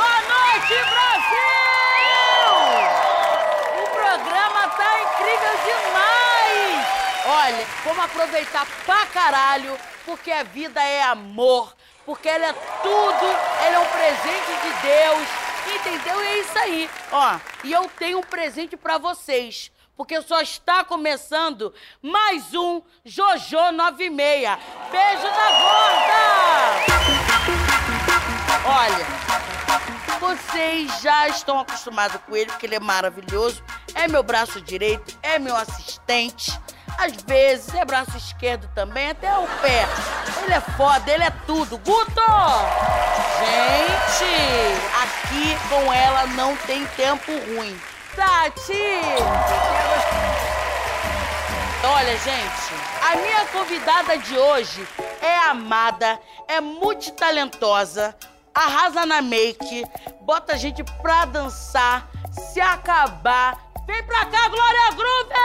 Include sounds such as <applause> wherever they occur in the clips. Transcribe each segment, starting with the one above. tá Vamos aproveitar pra caralho, porque a vida é amor, porque ela é tudo, ela é um presente de Deus, entendeu? E é isso aí, ó. E eu tenho um presente pra vocês, porque só está começando mais um Jojo 96. Beijo da gorda! Olha, vocês já estão acostumados com ele, porque ele é maravilhoso. É meu braço direito, é meu assistente. Às vezes é braço esquerdo também, até o pé. Ele é foda, ele é tudo. Guto! Gente, aqui com ela não tem tempo ruim. Tati! Olha, gente, a minha convidada de hoje é amada, é multitalentosa, arrasa na make, bota a gente pra dançar, se acabar. Vem pra cá, Glória Groove!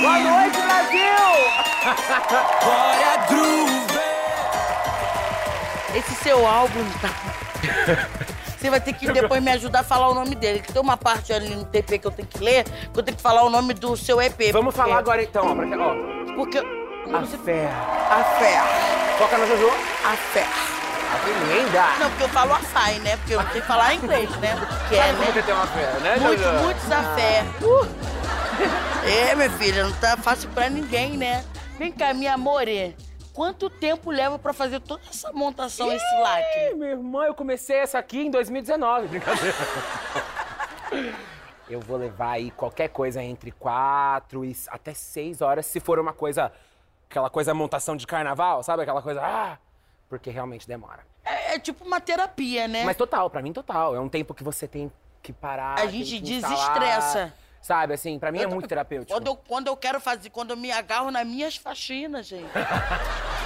Boa noite, Brasil! Glória Groove! Esse seu álbum tá... <laughs> Você vai ter que depois me ajudar a falar o nome dele, que tem uma parte ali no TP que eu tenho que ler, que eu tenho que falar o nome do seu EP. Vamos falar porque- agora então, ó. pra cá, ó. Porque... A fé. A fé, Foca na Jojo. a fé. A primeira. Não, porque eu falo açaí, né? Porque eu não sei falar inglês, né? Do que é, Sabe como né? que tem uma fé, né, Muitos, Jojo? Ah. muitos a fé. Uh! É, minha filha, não tá fácil pra ninguém, né? Vem cá, minha amore. Quanto tempo leva pra fazer toda essa montação, esse lacre? Ih, Minha irmã, eu comecei essa aqui em 2019. Brincadeira. Eu vou levar aí qualquer coisa entre quatro e s- até seis horas, se for uma coisa. Aquela coisa montação de carnaval, sabe? Aquela coisa. Ah! Porque realmente demora. É, é tipo uma terapia, né? Mas total, pra mim total. É um tempo que você tem que parar. A tem gente que instalar, desestressa. Sabe, assim, pra mim é Eu tô- muito terapêutico. Quando eu, quando eu quero fazer, quando eu me agarro nas minhas faxinas, <laughs> gente.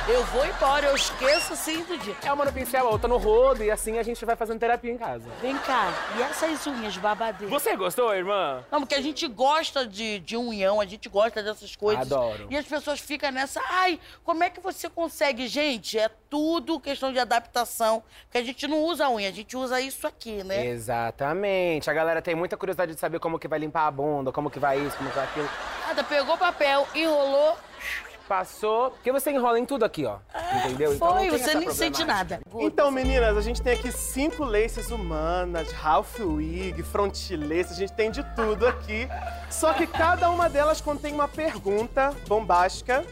eu vou embora, eu esqueço assim do dia. É uma no pincel, a outra no rodo, e assim a gente vai fazendo terapia em casa. Vem cá, e essas unhas babadeiras? Você gostou, irmã? Não, porque a gente gosta de, de união, a gente gosta dessas coisas. Adoro. E as pessoas ficam nessa, ai, como é que você consegue? Gente, é tudo questão de adaptação. Porque a gente não usa unha, a gente usa isso aqui, É. né? Exatamente. A galera tem muita curiosidade de saber como que vai limpar a bunda, como que vai isso, como que vai aquilo. Nada, pegou papel, enrolou, Passou. Porque você enrola em tudo aqui, ó. Entendeu? Então, não Ah, foi, tem você essa nem sente problemática. nada. Então, meninas, a gente tem aqui cinco laces humanas, half wig, frontilace, a gente tem de tudo aqui. Só que cada uma delas contém uma pergunta bombástica.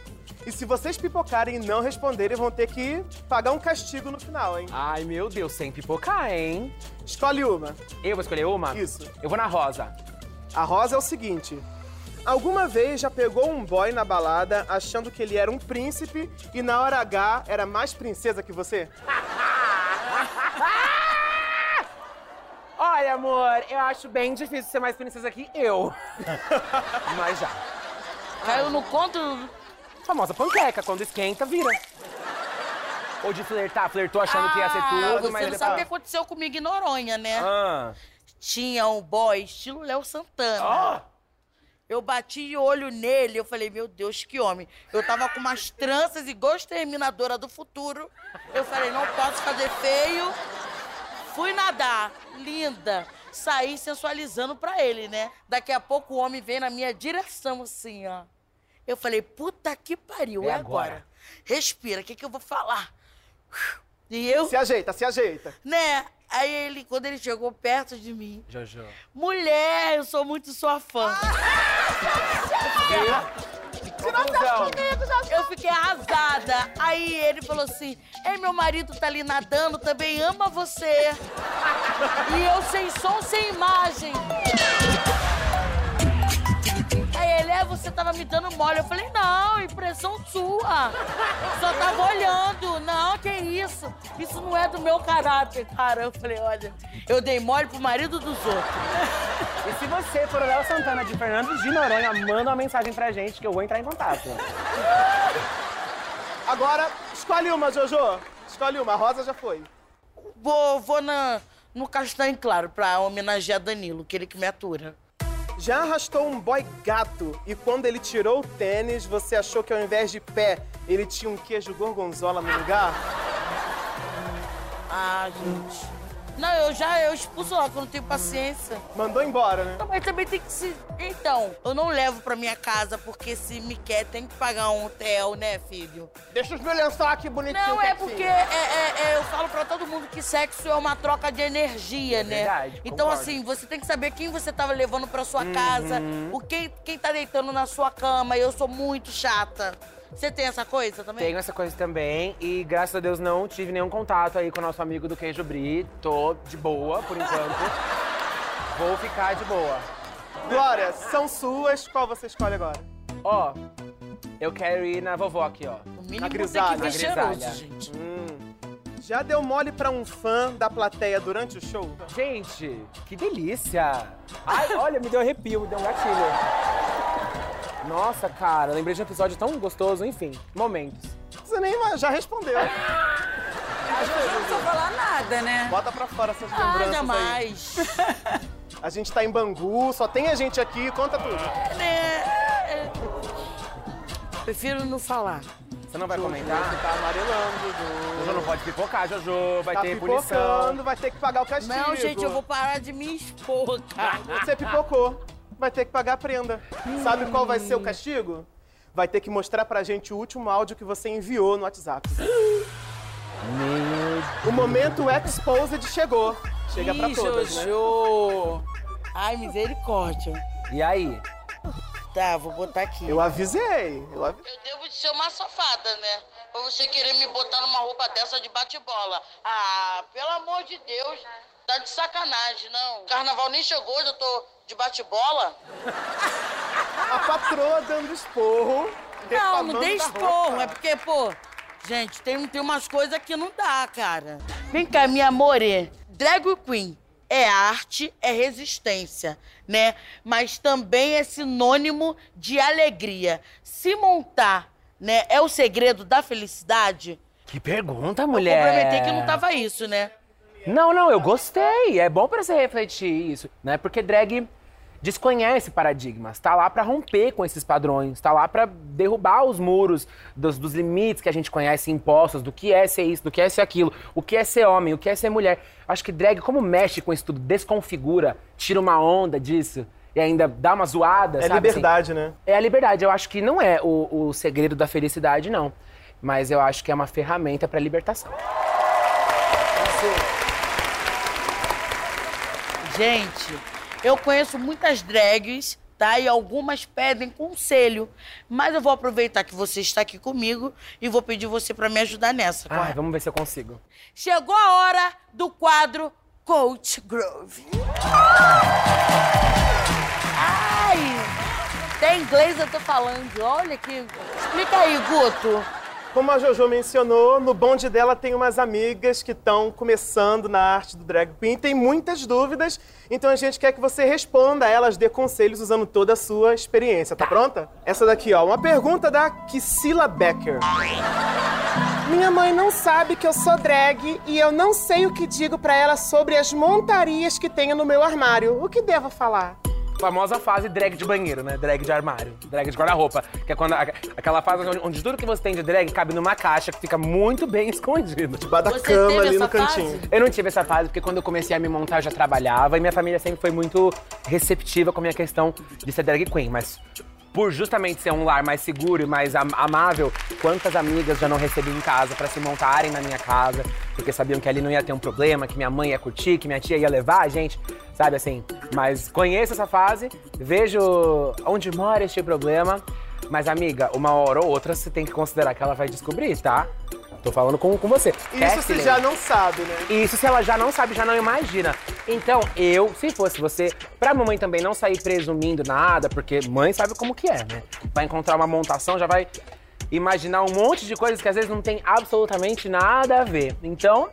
E se vocês pipocarem e não responderem, vão ter que pagar um castigo no final, hein? Ai, meu Deus, sem pipocar, hein? Escolhe uma. Eu vou escolher uma? Isso. Eu vou na rosa. <laughs> A rosa é o seguinte. Alguma vez já pegou um boy na balada achando que ele era um príncipe e na hora H era mais princesa que você? Olha, amor, eu acho bem difícil ser mais princesa que <laughs> eu. Mas já. Caiu no conto. Famosa panqueca, quando esquenta, vira. Ou de flertar, flertou achando que ia ser Ah, tudo, você não mas tá- depois- sabe o que aconteceu comigo em Noronha, né? Ah. Tinha um boy estilo Léo Santana. Ó! Eu bati de olho nele, eu falei, meu Deus, que homem. Eu tava com umas tranças igual a exterminadora do futuro. Eu falei, não posso fazer feio. Fui nadar, linda. Saí sensualizando pra ele, né? Daqui a pouco o homem vem na minha direção, assim, ó. Eu falei, puta que pariu, é, É agora. agora. Respira, o que, que eu vou falar? E eu, Se ajeita, se ajeita. né? Aí ele, quando ele chegou perto de mim, Jojo. Mulher, eu sou muito sua fã. Conclusão. Eu fiquei arrasada. Aí ele falou assim: Ei, meu marido tá ali nadando, também ama você. E eu sem som, sem imagem. Aí ele, é, você tava me dando mole. Eu falei, não, impressão sua. Só tava olhando. Não, que isso? Isso não é do meu caráter, cara. Eu falei, olha, eu dei mole pro marido dos outros. E se você for o Léo Santana de Fernando de Noronha, manda uma mensagem pra gente que eu vou entrar em contato. Agora, escolhe uma, Jojo. Escolhe uma, a rosa já foi. Vou, vou na, no Castanho Claro pra homenagear Danilo, que ele que me atura. Já arrastou um boy gato e quando ele tirou o tênis, você achou que ao invés de pé, ele tinha um queijo gorgonzola no lugar? Ah, gente. Não, eu já eu expulso logo, eu não tenho paciência. Mandou embora, né? Então, Mas também tem que se. Então, eu não levo pra minha casa, porque se me quer, tem que pagar um hotel, né, filho? Deixa os meus lençóis aqui bonitinhos. Não, é porque é, é- é, eu falo pra todo mundo que sexo é uma troca de energia, né? É verdade, então, concordo. Uhum. assim, você tem que saber quem você tava levando pra sua casa, o quem, quem tá deitando na sua cama. Eu sou muito chata. Você tem essa coisa também? Tenho essa coisa também e graças a Deus não tive nenhum contato aí com o nosso amigo do queijo brie. Tô de boa por enquanto. Vou ficar de boa. Glória, são suas. Qual você escolhe agora? Ó, eu quero ir na vovó aqui, ó. O Na mínimo grisalha, tem que vir na grisalha. cheiroso, gente. Já deu mole pra um fã da plateia durante o show? Gente, que delícia! Ai, olha, me deu arrepio, me deu um gatilho. Nossa, cara, lembrei de um episódio tão gostoso, enfim, momentos. Você nem ima- já respondeu. Não precisa falar nada, né? Bota pra fora essas Ah, lembranças aí. jamais. A gente tá em Bangu, só tem a gente aqui, conta tudo. Ah, né? Prefiro não falar. Você não vai Você comentar? tá amarelando, Jojo não pode pipocar, Jojo, vai Tá ter punição. pipocando, vai ter que pagar o castigo. Não, gente, eu vou parar de me expor, cara. Você pipocou, vai ter que pagar a prenda. Sabe qual vai ser o castigo? Vai ter que mostrar pra gente o último áudio que você enviou no WhatsApp. O momento Exposed chegou. Chega pra Ih, todas, né? Jojo. Ai, misericórdia. E aí? Tá, vou botar aqui. Eu avisei. Eu avisei. Eu devo te chamar safada, né? Pra você querer me botar numa roupa dessa de bate-bola. Ah, pelo amor de Deus, tá de sacanagem, não. Carnaval nem chegou, já tô de bate-bola. A patroa dando esporro. Não, reclamando não dei da esporro, roupa. é porque, pô, gente, tem, tem umas coisas que não dá, cara. Vem cá, minha amore. Drag Queen é arte, é resistência, né? Mas também é sinônimo de alegria. Se montar, né, é o segredo da felicidade. Que pergunta, Eu mulher. complementei que não tava isso, né? Não, não, eu gostei. É bom pra você refletir isso, né? Porque drag desconhece paradigmas, tá lá pra romper com esses padrões, tá lá pra derrubar os muros dos, dos limites que a gente conhece impostos, do que é ser isso, do que é ser aquilo, o que é ser homem, o que é ser mulher. Acho que drag, como mexe com isso tudo, desconfigura, tira uma onda disso e ainda dá uma zoada, É sabe? assim? liberdade, né? É a liberdade. Eu acho que não é o, o segredo da felicidade, não. Mas eu acho que é uma ferramenta pra libertação. Gente, eu conheço muitas drags, tá? E algumas pedem conselho. Mas eu vou aproveitar que você está aqui comigo e vou pedir você pra me ajudar nessa, Ah. Ai, corre? vamos ver se eu consigo. Chegou a hora do quadro Coach Grove. Ai! Até inglês eu tô falando. Olha que. Explica aí, Guto. Como a Jojo mencionou, no bonde dela tem umas amigas que estão começando na arte do drag queen, tem muitas dúvidas, então a gente quer que você responda a elas, dê conselhos usando toda a sua experiência, tá pronta? Essa daqui, ó, uma pergunta da Kissila Becker. Minha mãe não sabe que eu sou drag e eu não sei o que digo pra ela sobre as montarias que tenho no meu armário. O que devo falar? famosa fase drag de banheiro, né? Drag de armário, drag de guarda-roupa. Que é quando a- aquela fase onde, onde tudo que você tem de drag cabe numa caixa que fica muito bem <laughs> escondido. Bada Você cama teve ali no essa fase? cantinho. Eu não tive essa fase porque quando eu comecei a me montar eu já trabalhava e minha família sempre foi muito receptiva com a minha questão de ser drag queen, mas por justamente ser um lar mais seguro e mais am- amável, quantas amigas já não recebi em casa pra se montarem na minha casa, porque sabiam que ali não ia ter um problema, que minha mãe ia curtir, que minha tia ia levar a gente, sabe assim? Mas conheço essa fase, vejo onde mora este problema. Mas, amiga, uma hora ou outra você tem que considerar que ela vai descobrir, tá? Tô falando com, com você. Isso você Kathleen. já não sabe, né? Isso se ela já não sabe, já não imagina. Então, eu, se fosse você, pra mamãe também não sair presumindo nada, porque mãe sabe como que é, né? Vai encontrar uma montação, já vai imaginar um monte de coisas que às vezes não tem absolutamente nada a ver. Então,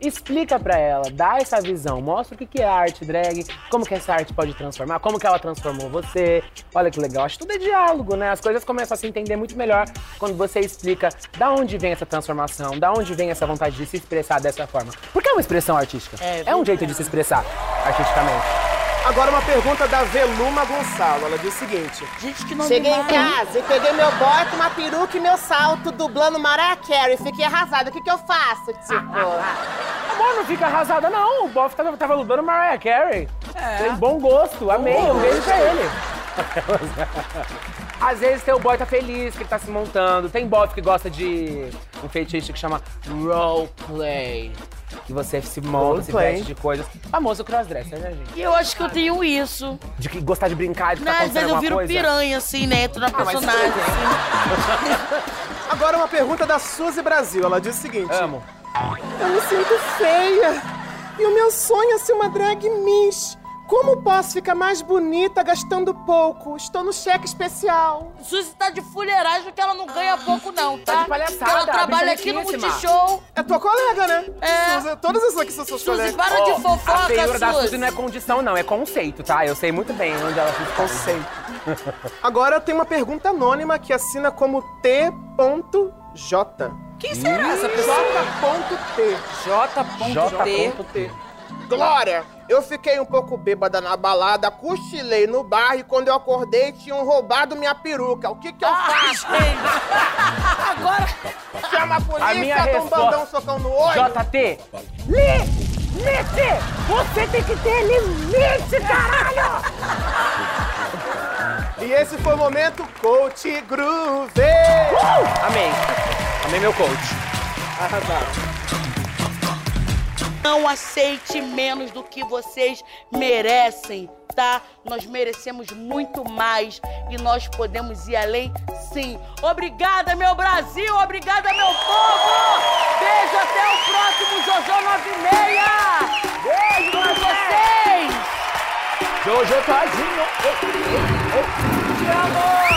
explica pra ela, dá essa visão, mostra o que que é arte drag, como que essa arte pode transformar, como que ela transformou você. Olha que legal, acho que tudo é diálogo, né? As coisas começam a se entender muito melhor quando você explica da onde vem essa transformação, da onde vem essa vontade de se expressar dessa forma. Porque é uma expressão artística. É, um jeito de se expressar artisticamente. Agora uma pergunta da Veluma Gonçalo. Ela diz o seguinte: Gente, que nome Cheguei em mais. casa e peguei meu bote, uma peruca e meu salto, dublando Mariah Carey. Fiquei arrasada. O que, que eu faço, tipo? Amor, não fica arrasada, não. O Boff tava, tava lutando Mariah Carey. Tem bom gosto, amei. Um beijo pra <laughs> ele. Às vezes teu boy tá feliz, que ele tá se montando. Tem bofe que gosta de um feitiço que chama roleplay. Que você se monta, se Roleplay. veste de coisas. Famoso crossdresser, né, gente? E eu acho que eu tenho isso. De que gostar de brincar, de Né? ficar Às Tá acontecendo vezes eu alguma viro coisa. Ah, piranha, assim, né? Entro na mas tudo personagem. bem. assim. <laughs> Agora uma pergunta da Suzy Brasil. Ela diz o seguinte: Amo. Eu me sinto feia. E o meu sonho é ser uma drag miss. Como posso ficar mais bonita gastando pouco? Estou no cheque especial. Suzy tá de fuleiragem que ela não ganha pouco, não, tá? Ah. de palhaçada, Ela trabalha bicha aqui no riquíssima. Multishow. É tua colega, né? É. Suzy, todas as aqui são suas Suzy, colegas. para Ó, de A feiura da fofoca, Suzy Suzy. não é condição, não. É conceito, tá? Eu sei muito bem onde ela se Conceito. Agora tem uma pergunta anônima que assina como T.J. Quem será essa pessoa? J.T. J.T. J.T. Glória, eu fiquei um pouco bêbada na balada, cochilei no bar e quando eu acordei tinham roubado minha peruca. O que que eu faço? Agora, Chama a A polícia, minha dá um resposta- bandão, um socão no olho. JT. Limite! Você tem que ter limite, caralho! E esse foi o momento Coach Groove. Amei. Amei meu coach. Arrasaram. não aceite menos do que vocês merecem, tá? Nós merecemos muito mais e nós podemos ir além, sim. Obrigada, meu Brasil! Obrigada, meu povo! Beijo até o próximo Jojo 96! Beijo pra vocês! Jojo tadinho. Te amo!